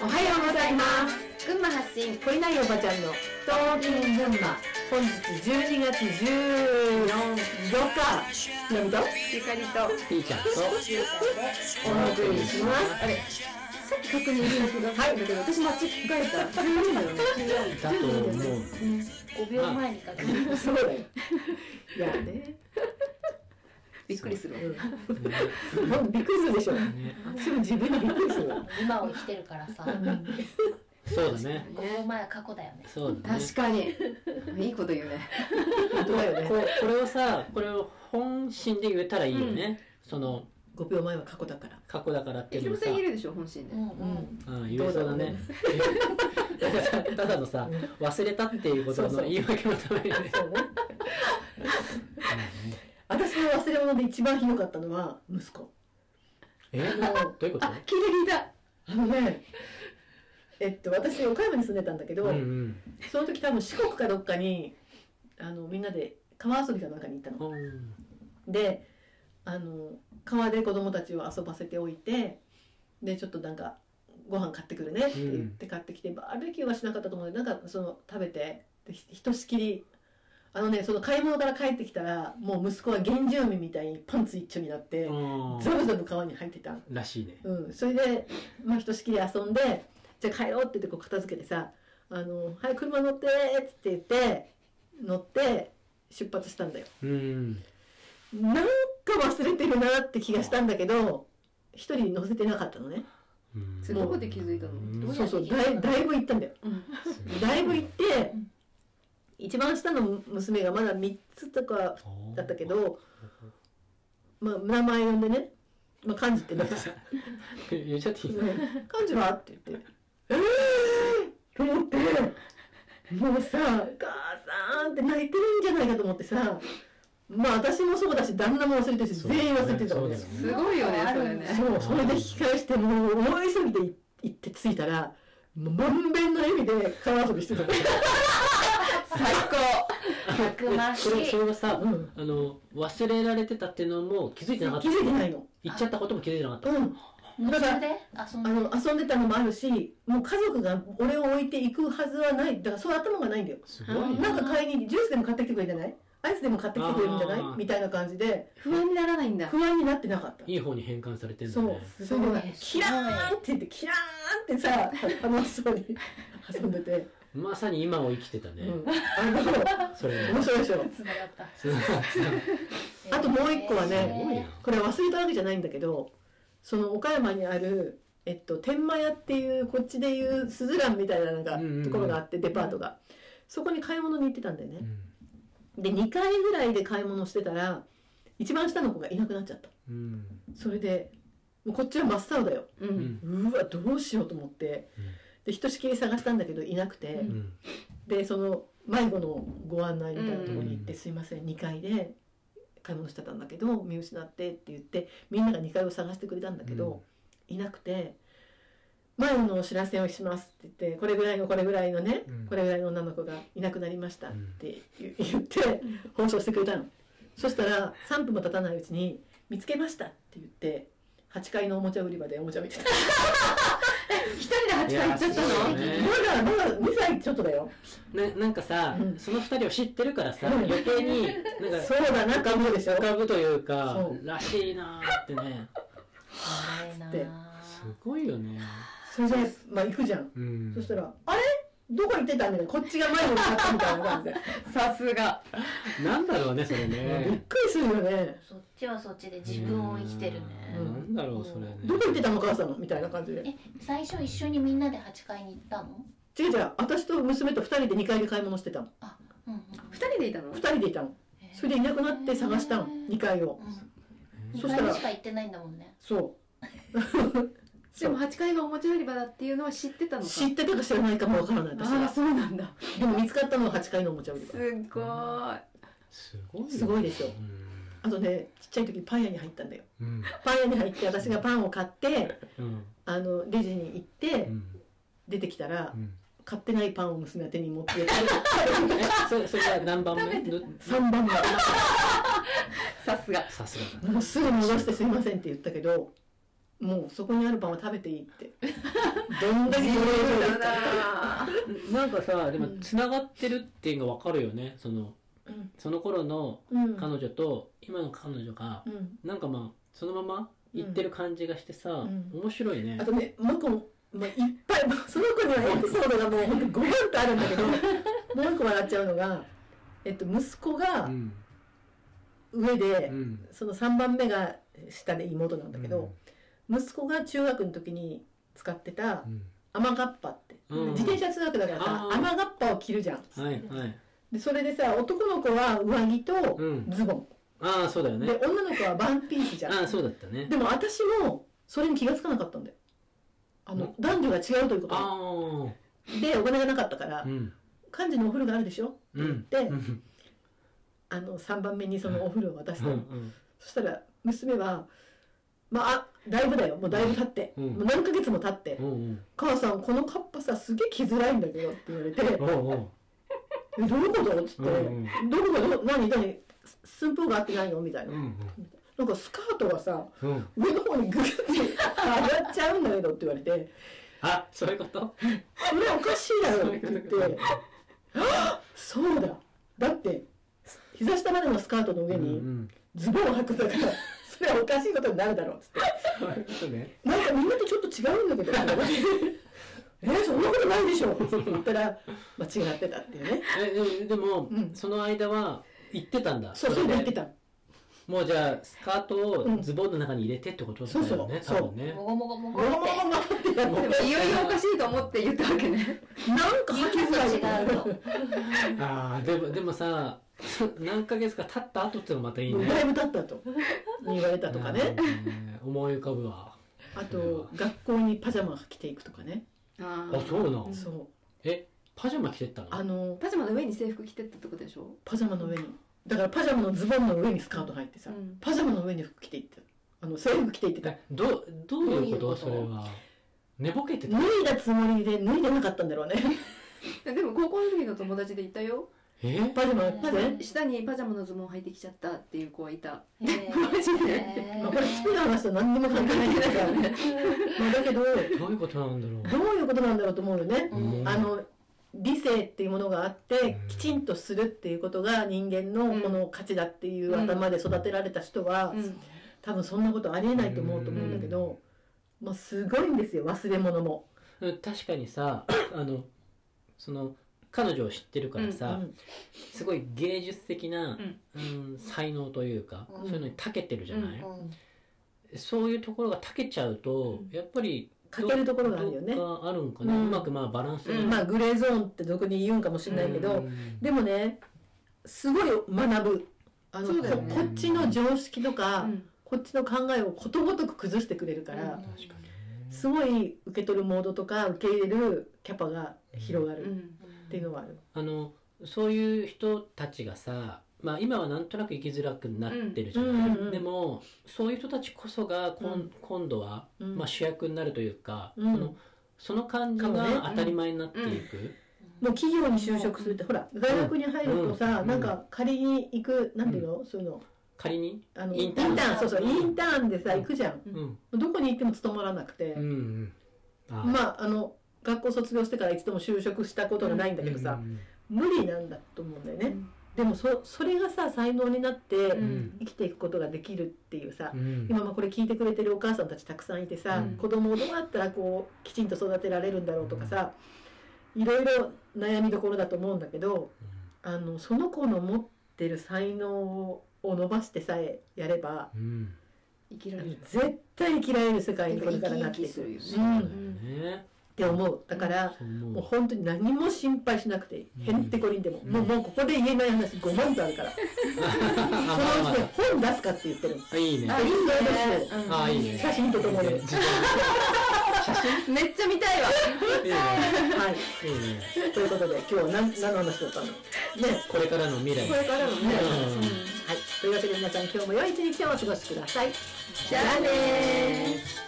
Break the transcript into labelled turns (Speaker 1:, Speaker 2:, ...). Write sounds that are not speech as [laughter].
Speaker 1: おはようございます
Speaker 2: 群馬発信
Speaker 1: こいないおばちゃんのトーキングンマ本日12月14日のびと
Speaker 2: ゆかりと
Speaker 3: ピーちゃんと
Speaker 1: お送りしますあれさっき確認したけどはいだけど私間違えた12だよね
Speaker 3: だと思う
Speaker 2: 5秒前にかけて
Speaker 1: そうだよいやね
Speaker 2: びっくりする
Speaker 1: もうびっくりするでしょ
Speaker 3: ね
Speaker 1: 私も自分にびっくりするわ
Speaker 4: 今を生きてるからさ
Speaker 3: そうだね
Speaker 4: 5年前は過去だよね
Speaker 3: そうだね
Speaker 2: 確かにいいこと言うね
Speaker 1: 本当だよ
Speaker 3: こ
Speaker 1: ね
Speaker 3: うこれをさこれを本心で言えたらいいよね、その
Speaker 1: 5秒前は過去だから
Speaker 3: 過去だからって
Speaker 2: え
Speaker 3: い
Speaker 2: ひ
Speaker 3: う
Speaker 2: ろ
Speaker 3: のさ
Speaker 2: さんいるでしょ本心で
Speaker 4: うん
Speaker 1: ん
Speaker 3: うん、言えそうだねだからさただのさ忘れたっていうこと
Speaker 1: そう
Speaker 3: の
Speaker 1: そう
Speaker 3: 言い訳のためにね
Speaker 1: そうね私の忘れ物で一番ひどかったのは息子
Speaker 3: え
Speaker 1: あの
Speaker 3: どういうこと
Speaker 1: あ聞いた聞いたあのねえっと私岡山に住んでたんだけど、
Speaker 3: うんうん
Speaker 1: その時多分四国かどっかにあのみんなで川遊びかなんかに行ったの。
Speaker 3: うん
Speaker 1: であの川で子供たちを遊ばせておいてでちょっとなんかご飯買ってくるねって言って買ってきて、バーベキューはしなかったと思うんでなんかその食べてでひひとしきりあのねその買い物から帰ってきたらもう息子は原住民みたいにパンツ一丁になって
Speaker 3: うん
Speaker 1: ザブザブ川に入ってた
Speaker 3: らしいね
Speaker 1: うん、それで、まあ、ひとしきり遊んでじゃあ帰ろうって言ってこう片付けてさ「あのはい車乗って」って言って乗って出発したんだよ
Speaker 3: うん
Speaker 1: なんか忘れてるなって気がしたんだけど一人乗せてなかったのね
Speaker 3: うん
Speaker 2: それどこで気づいたの
Speaker 3: うん
Speaker 2: どうや
Speaker 1: そうそうだいだいぶ行ったんだよだいぶ行って一番下の娘がまだ3つとかだったけど、まあ、名前呼んでね、まあ、漢字ってなったし
Speaker 3: 言っちゃっていい
Speaker 1: 感じはって言って「ええー!」と思ってもうさ「母さん」って泣いてるんじゃないかと思ってさまあ私もそうだし旦那も忘れてるし
Speaker 3: そうだね
Speaker 1: 全員忘れてたわけ
Speaker 3: そうだね
Speaker 2: すごいよね
Speaker 4: あ
Speaker 2: そ
Speaker 4: る
Speaker 2: れ
Speaker 4: んだ
Speaker 2: ね
Speaker 4: よ
Speaker 1: そうそれで引き返してもう大急ぎで行って着いたらもう満遍の笑みで川遊びしてたの
Speaker 2: 最高
Speaker 4: たくまし
Speaker 3: [laughs] それ
Speaker 4: い
Speaker 3: それはさ
Speaker 1: うん
Speaker 3: あの忘れられてたっていうのも気づいてなかった
Speaker 1: 気づいてないの
Speaker 3: 言っちゃったことも気づいてなかった
Speaker 1: うん
Speaker 4: 夢中で遊ん
Speaker 1: あ
Speaker 4: で
Speaker 1: の遊んでたのもあるしもう家族が俺を置いていくはずはないだからそういう頭がないんだよ
Speaker 3: す
Speaker 2: ごいね
Speaker 1: なんか買いにジュースでも買ってきてくれるんじゃないアイスでも買ってきてくれるんじゃない
Speaker 3: あー
Speaker 1: みたいな感じで
Speaker 2: 不安にならないんだ
Speaker 1: 不安になってなかった
Speaker 3: いい方に変換されてんだ
Speaker 1: そう
Speaker 3: ね
Speaker 1: それでキラーンって言ってキラーンってさ楽し
Speaker 3: [laughs]
Speaker 1: そうに遊んでて、
Speaker 3: まさに今を生きてたね、
Speaker 1: うん、あの
Speaker 3: それ
Speaker 1: 面白いでしょ
Speaker 4: つながった
Speaker 3: すごい
Speaker 1: [laughs] あともう一個はね
Speaker 3: すごいな
Speaker 1: これ忘れたわけじゃないんだけどその岡山にある、えっと、天満屋っていうこっちでいうスズランみたいななんか
Speaker 3: うんうんうん
Speaker 1: ところがあって、デパートがそこに買い物に行ってたんだよ
Speaker 3: う
Speaker 1: ね、
Speaker 3: ん
Speaker 1: で2回ぐらいで買い物してたら一番下の子がいなくなっちゃった
Speaker 3: うん
Speaker 1: それでもうこっちは真っ青だよ
Speaker 2: う
Speaker 3: うんん
Speaker 1: うわどうしようと思って、
Speaker 3: うん
Speaker 1: でひとしきり探したんだけどいなくて、
Speaker 2: う
Speaker 3: うんん
Speaker 1: でその迷子のご案内みたいなところに行って「
Speaker 3: うん
Speaker 1: すいません2階で買い物してたんだけど見失って」って言ってみんなが2階を探してくれたんだけど、いなくて「前のお知らせをします」って言って「これぐらいのこれぐらいのね、
Speaker 3: うん
Speaker 1: これぐらいの女の子がいなくなりました」っ
Speaker 3: うん
Speaker 1: て言言って放送してくれたの。そしたら3分も経たないうちに「見つけました」って言って8階のおもちゃ売り場でおもちゃ見てた。
Speaker 2: 一人で八回行っち
Speaker 3: い
Speaker 2: ゃった
Speaker 3: やそう
Speaker 2: の
Speaker 3: だね
Speaker 1: まだまだ2歳ちょっとだよ。
Speaker 3: ななんかさ、
Speaker 1: うん
Speaker 3: その二人を知ってるからさ
Speaker 1: うん
Speaker 3: 余計になんか
Speaker 1: そうだなんか思うでしょ
Speaker 3: 浮。かぶというか
Speaker 1: そう
Speaker 3: らしいなーってね
Speaker 4: ないな
Speaker 1: つって
Speaker 3: すごいよね
Speaker 1: それでまあ行くじゃん。
Speaker 3: うん
Speaker 1: そしたら「あれどこ行ってた?」みたいなこっちが迷子になったみたいな感じで
Speaker 2: [laughs] さすが
Speaker 3: なんだろうねそれ
Speaker 1: びっ
Speaker 3: ね
Speaker 1: くりするよね
Speaker 4: そっちはそっちで自分を生きてるね
Speaker 3: うんなんだろうそれね
Speaker 1: 「どこ行ってたの母さん」みたいな感じで
Speaker 4: え最初一緒にみんなで8階に行ったの
Speaker 1: 違う違う私と娘と2人で2階で買い物してたの
Speaker 4: うんうん
Speaker 2: 二人でいたの
Speaker 1: 2人でいたのそれでいなくなって探したの
Speaker 4: へー
Speaker 1: 2階を
Speaker 4: うん
Speaker 1: そ
Speaker 4: 2
Speaker 1: した
Speaker 4: 階
Speaker 1: ら
Speaker 4: にしか行ってないんだもんね
Speaker 1: そう
Speaker 2: でも
Speaker 1: [laughs] そう
Speaker 2: 八階がおもちゃ売り場だっていうのは知ってたのか
Speaker 1: 知ってたか知らないかもわからない私
Speaker 2: ああ
Speaker 1: は
Speaker 2: そうなんだ
Speaker 1: でも見つかったのは8階のおもちゃ売り
Speaker 2: す
Speaker 1: 場
Speaker 2: ごーい
Speaker 3: すごいよね
Speaker 1: すごいでしょ
Speaker 3: うん
Speaker 1: あとねちっちゃい時パン屋に入ったんだよ
Speaker 3: うん
Speaker 1: パン屋に入って私がパンを買って
Speaker 3: うん
Speaker 1: あのレジに行っ
Speaker 3: う
Speaker 1: て
Speaker 3: ん
Speaker 1: 出てきたら
Speaker 3: うん
Speaker 1: 買ってないパンを娘は手に持 [laughs] って
Speaker 3: えそそれは何番目ど
Speaker 1: 3番目
Speaker 2: さすが
Speaker 3: さすがだ
Speaker 1: もうすぐ戻してすいませんって言ったけどもうそこにあるパンは食べていい [laughs] って。どんだけ余裕だな。
Speaker 2: だなぁ
Speaker 3: なんかさでも
Speaker 1: うん
Speaker 3: つながってるっていうのが分かるよねその
Speaker 1: うん
Speaker 3: その頃の
Speaker 1: うん
Speaker 3: 彼女と今の彼女が
Speaker 1: うん
Speaker 3: なんかまあそのままいってる感じがしてさ、
Speaker 1: うん
Speaker 3: 面白いね
Speaker 1: あとね、もう一個も、まあ、いっぱい、もうその子にはエピソードがもう本当5万とあるんだけど、もう一個笑っちゃうのが、えっと、息子
Speaker 3: う
Speaker 1: が
Speaker 3: ん
Speaker 1: 上で、
Speaker 3: うん
Speaker 1: その3番目が下で妹なんだけど、息子が中学の時に使ってた
Speaker 3: うん
Speaker 1: 雨がっぱって、
Speaker 3: うん
Speaker 1: 自転車通学だからさ
Speaker 3: あー
Speaker 1: 雨がっぱを着るじゃん、
Speaker 3: はいはい
Speaker 1: でそれでさ男の子は上着と
Speaker 3: うん
Speaker 1: ズボン、
Speaker 3: ああそうだよ
Speaker 1: で
Speaker 3: ね
Speaker 1: 女の子はワンピースじゃん
Speaker 3: ああそうだったね
Speaker 1: でも私もそれに気がつかなかったんだよあの
Speaker 3: ん
Speaker 1: 男女が違うということ
Speaker 3: あ
Speaker 1: にでお金がなかったから
Speaker 3: あうん
Speaker 1: 漢字のお風呂があるでしょって
Speaker 3: う
Speaker 1: 言っ
Speaker 3: ん
Speaker 1: て、
Speaker 3: うん
Speaker 1: あの3番目にそのお風呂を渡した
Speaker 3: う
Speaker 1: の、
Speaker 3: ん
Speaker 1: そしたら娘はまああだいぶだよもうだいぶ経って、
Speaker 3: うん
Speaker 1: もう何ヶ月も経って、
Speaker 3: うんうん
Speaker 1: 母さんこのカッパさすげえ着づらいんだけどって言われて
Speaker 3: おうおう
Speaker 1: えどういうことっつって、
Speaker 3: うん
Speaker 1: どこがど何何す寸法が合ってないのみたいな、
Speaker 3: うん
Speaker 1: なんかスカートがさ
Speaker 3: うんうん
Speaker 1: 上の方にグッて上がっちゃうんだけどって言われて
Speaker 3: あそういうこと
Speaker 1: それおかしいだろって言っ
Speaker 3: そういう
Speaker 1: てあそうだだって膝下までのスカートの上
Speaker 3: う
Speaker 1: に
Speaker 3: ん
Speaker 1: ズボンを履くだからそれはおかしいことになるだろうっつって
Speaker 3: そういうことね
Speaker 1: なんかみんなとちょっと違うんだけどって言われてえそんなことないでしょって言ったら、まあ、違ってたっていうね
Speaker 3: えでもでも
Speaker 1: うん
Speaker 3: その間は行ってたんだ
Speaker 1: そうそれで言ってた
Speaker 3: もうじゃあスカートをズボンの中に入れてってことだよね、
Speaker 1: そうそう
Speaker 3: 多分ね
Speaker 4: もごもごも
Speaker 1: ゴ
Speaker 4: ご
Speaker 1: ロ
Speaker 4: っ
Speaker 1: ゴロゴ
Speaker 4: て
Speaker 1: ロってやって
Speaker 2: でもいよいよおかしいと思って言ったわけね
Speaker 1: なんか
Speaker 4: 言
Speaker 1: 吐きづらいみ
Speaker 4: う
Speaker 1: たい
Speaker 4: のと
Speaker 1: な
Speaker 4: 違うと
Speaker 3: ああでもでもさそ何ヶ月か経った後ってのがまたいい
Speaker 1: だい
Speaker 3: ね
Speaker 1: ぶ経ったと言われたとかね
Speaker 3: うん思い浮かぶわ
Speaker 1: あと学校にパジャマ着ていくとかね
Speaker 2: あ
Speaker 3: あそうなの
Speaker 2: うん
Speaker 1: そう
Speaker 3: パジャマ着てったの
Speaker 1: あの
Speaker 2: パジャマの上に制服着てったってことでしょ
Speaker 1: パジャマの上にだからパジャマのズボンの上にスカート入ってさ
Speaker 2: うん
Speaker 1: パジャマの上に服着ていってあの制服着ていってた
Speaker 3: えどどういうこと
Speaker 4: どういうこと
Speaker 3: それは寝ぼけてた
Speaker 1: 脱いだつもりで脱いでなかったんだろうね
Speaker 2: えでも高校の時の友達でいたよ
Speaker 3: え
Speaker 1: [laughs] パジャマ
Speaker 2: パ
Speaker 1: 着て
Speaker 2: ジャ
Speaker 1: ね
Speaker 2: マ下にパジャマのズボン履いてきちゃったっていう子はいた
Speaker 4: へ
Speaker 2: マジで
Speaker 1: [laughs]
Speaker 4: へ
Speaker 1: まあこれ好きな話と何にも関係ないんだからねまあだけどど
Speaker 3: どういうことなんだろう
Speaker 1: ういうことなんだろうと思うよね
Speaker 4: うん
Speaker 1: あの理性っていうものがあってきちんとするっていうことが人間のこの価値だっていう頭で育てられた人は、
Speaker 2: うん
Speaker 1: 多分そんなことありえないと思うと思うんだけど、まあ、すごいんですよ忘れ物も。
Speaker 3: うん確かに
Speaker 1: [coughs]
Speaker 3: さあのその彼女を知ってるからさ、
Speaker 1: うん
Speaker 3: すごい芸術的な、うん才能というか、
Speaker 4: うん
Speaker 3: そういうのに長けてるじゃない、
Speaker 4: うん
Speaker 3: そういうところが長けちゃうと、
Speaker 2: うん
Speaker 3: やっぱり
Speaker 1: 欠けるところがあるよね。
Speaker 3: どっかあるんかな、う
Speaker 1: うん
Speaker 3: まくまあバランスが
Speaker 2: うん
Speaker 1: まあグレーゾーンってどこに言うんかもしれないけど、
Speaker 3: うん
Speaker 1: でもねすごい学ぶあの
Speaker 2: そうだよ
Speaker 1: こ
Speaker 2: ね
Speaker 1: こっちの常識とか、
Speaker 2: うん
Speaker 1: こっちの考えをことごとく崩してくれるから、
Speaker 3: 確かにね
Speaker 1: すごい受け取るモードとか受け入れるキャパが広が
Speaker 2: う
Speaker 1: る
Speaker 2: ん
Speaker 1: っていうのはある。
Speaker 3: あのそういう人たちがさまあ今はなんとなく生きづらくなってるじゃない、
Speaker 1: うんうんうんうん
Speaker 3: でもそういう人たちこそがこん、
Speaker 1: うん
Speaker 3: 今度は、
Speaker 1: うん
Speaker 3: まあ、主役になるというか、
Speaker 1: うん
Speaker 3: そのその感じ
Speaker 1: かもね
Speaker 3: が当たり前になっていく、
Speaker 1: もう企業に就職するってほら大学に入るとさ、
Speaker 3: うん
Speaker 1: なんか仮に行くなんていうの、そういうの
Speaker 3: 仮に、
Speaker 1: あの
Speaker 3: イ
Speaker 1: イ
Speaker 3: ン
Speaker 1: ン
Speaker 3: タ
Speaker 1: タ
Speaker 3: ーン
Speaker 1: ーンそうそう
Speaker 3: うん
Speaker 1: インターンでさ行くじゃん、
Speaker 3: うん
Speaker 1: どこに行っても務まらなくて、
Speaker 3: うんうんあ
Speaker 1: まああの学校卒業してから一度も就職したことがないんだけどさ、無理なんだと思うんだよね、でもそそれがさ才能になって
Speaker 2: うん
Speaker 1: 生きていくことができるっていうさ、
Speaker 3: うんうん
Speaker 1: 今まあこれ聞いてくれてるお母さんたちたくさんいてさ、
Speaker 3: うん
Speaker 1: 子供をどうやったらこうきちんと育てられるんだろうとかさ、いろいろ悩みどころだと思うんだけどあのその子の持ってる才能を伸ばしてさえやれば、
Speaker 3: うんうん
Speaker 2: 生きられる
Speaker 1: 絶対生きられる世界にこれ
Speaker 2: 生き
Speaker 1: からな
Speaker 2: 生
Speaker 1: ってい
Speaker 2: き
Speaker 1: く
Speaker 2: するよね
Speaker 3: そうだよね、
Speaker 1: って思うだから、
Speaker 3: そう思う
Speaker 1: もう本当に何も心配しなくていい、
Speaker 3: うん
Speaker 1: へんてこりんでも、
Speaker 3: うん
Speaker 1: もうもうここで言えない話5万とあるから
Speaker 3: あまあ
Speaker 1: その
Speaker 3: ま
Speaker 1: うちで本出すかって言ってるの
Speaker 3: [laughs] あいいね
Speaker 1: あいいね
Speaker 2: うん
Speaker 3: あいいね
Speaker 1: 写真とともにはい
Speaker 3: いいね
Speaker 2: めっちゃ見たいわ
Speaker 3: いいねいいね
Speaker 1: ということで今日は何何の話だったのね
Speaker 3: これからの未来
Speaker 2: これからのね
Speaker 3: うん
Speaker 2: うん
Speaker 1: はいというわけで皆さん今日も良い一日をお過ごしください
Speaker 2: じゃあねー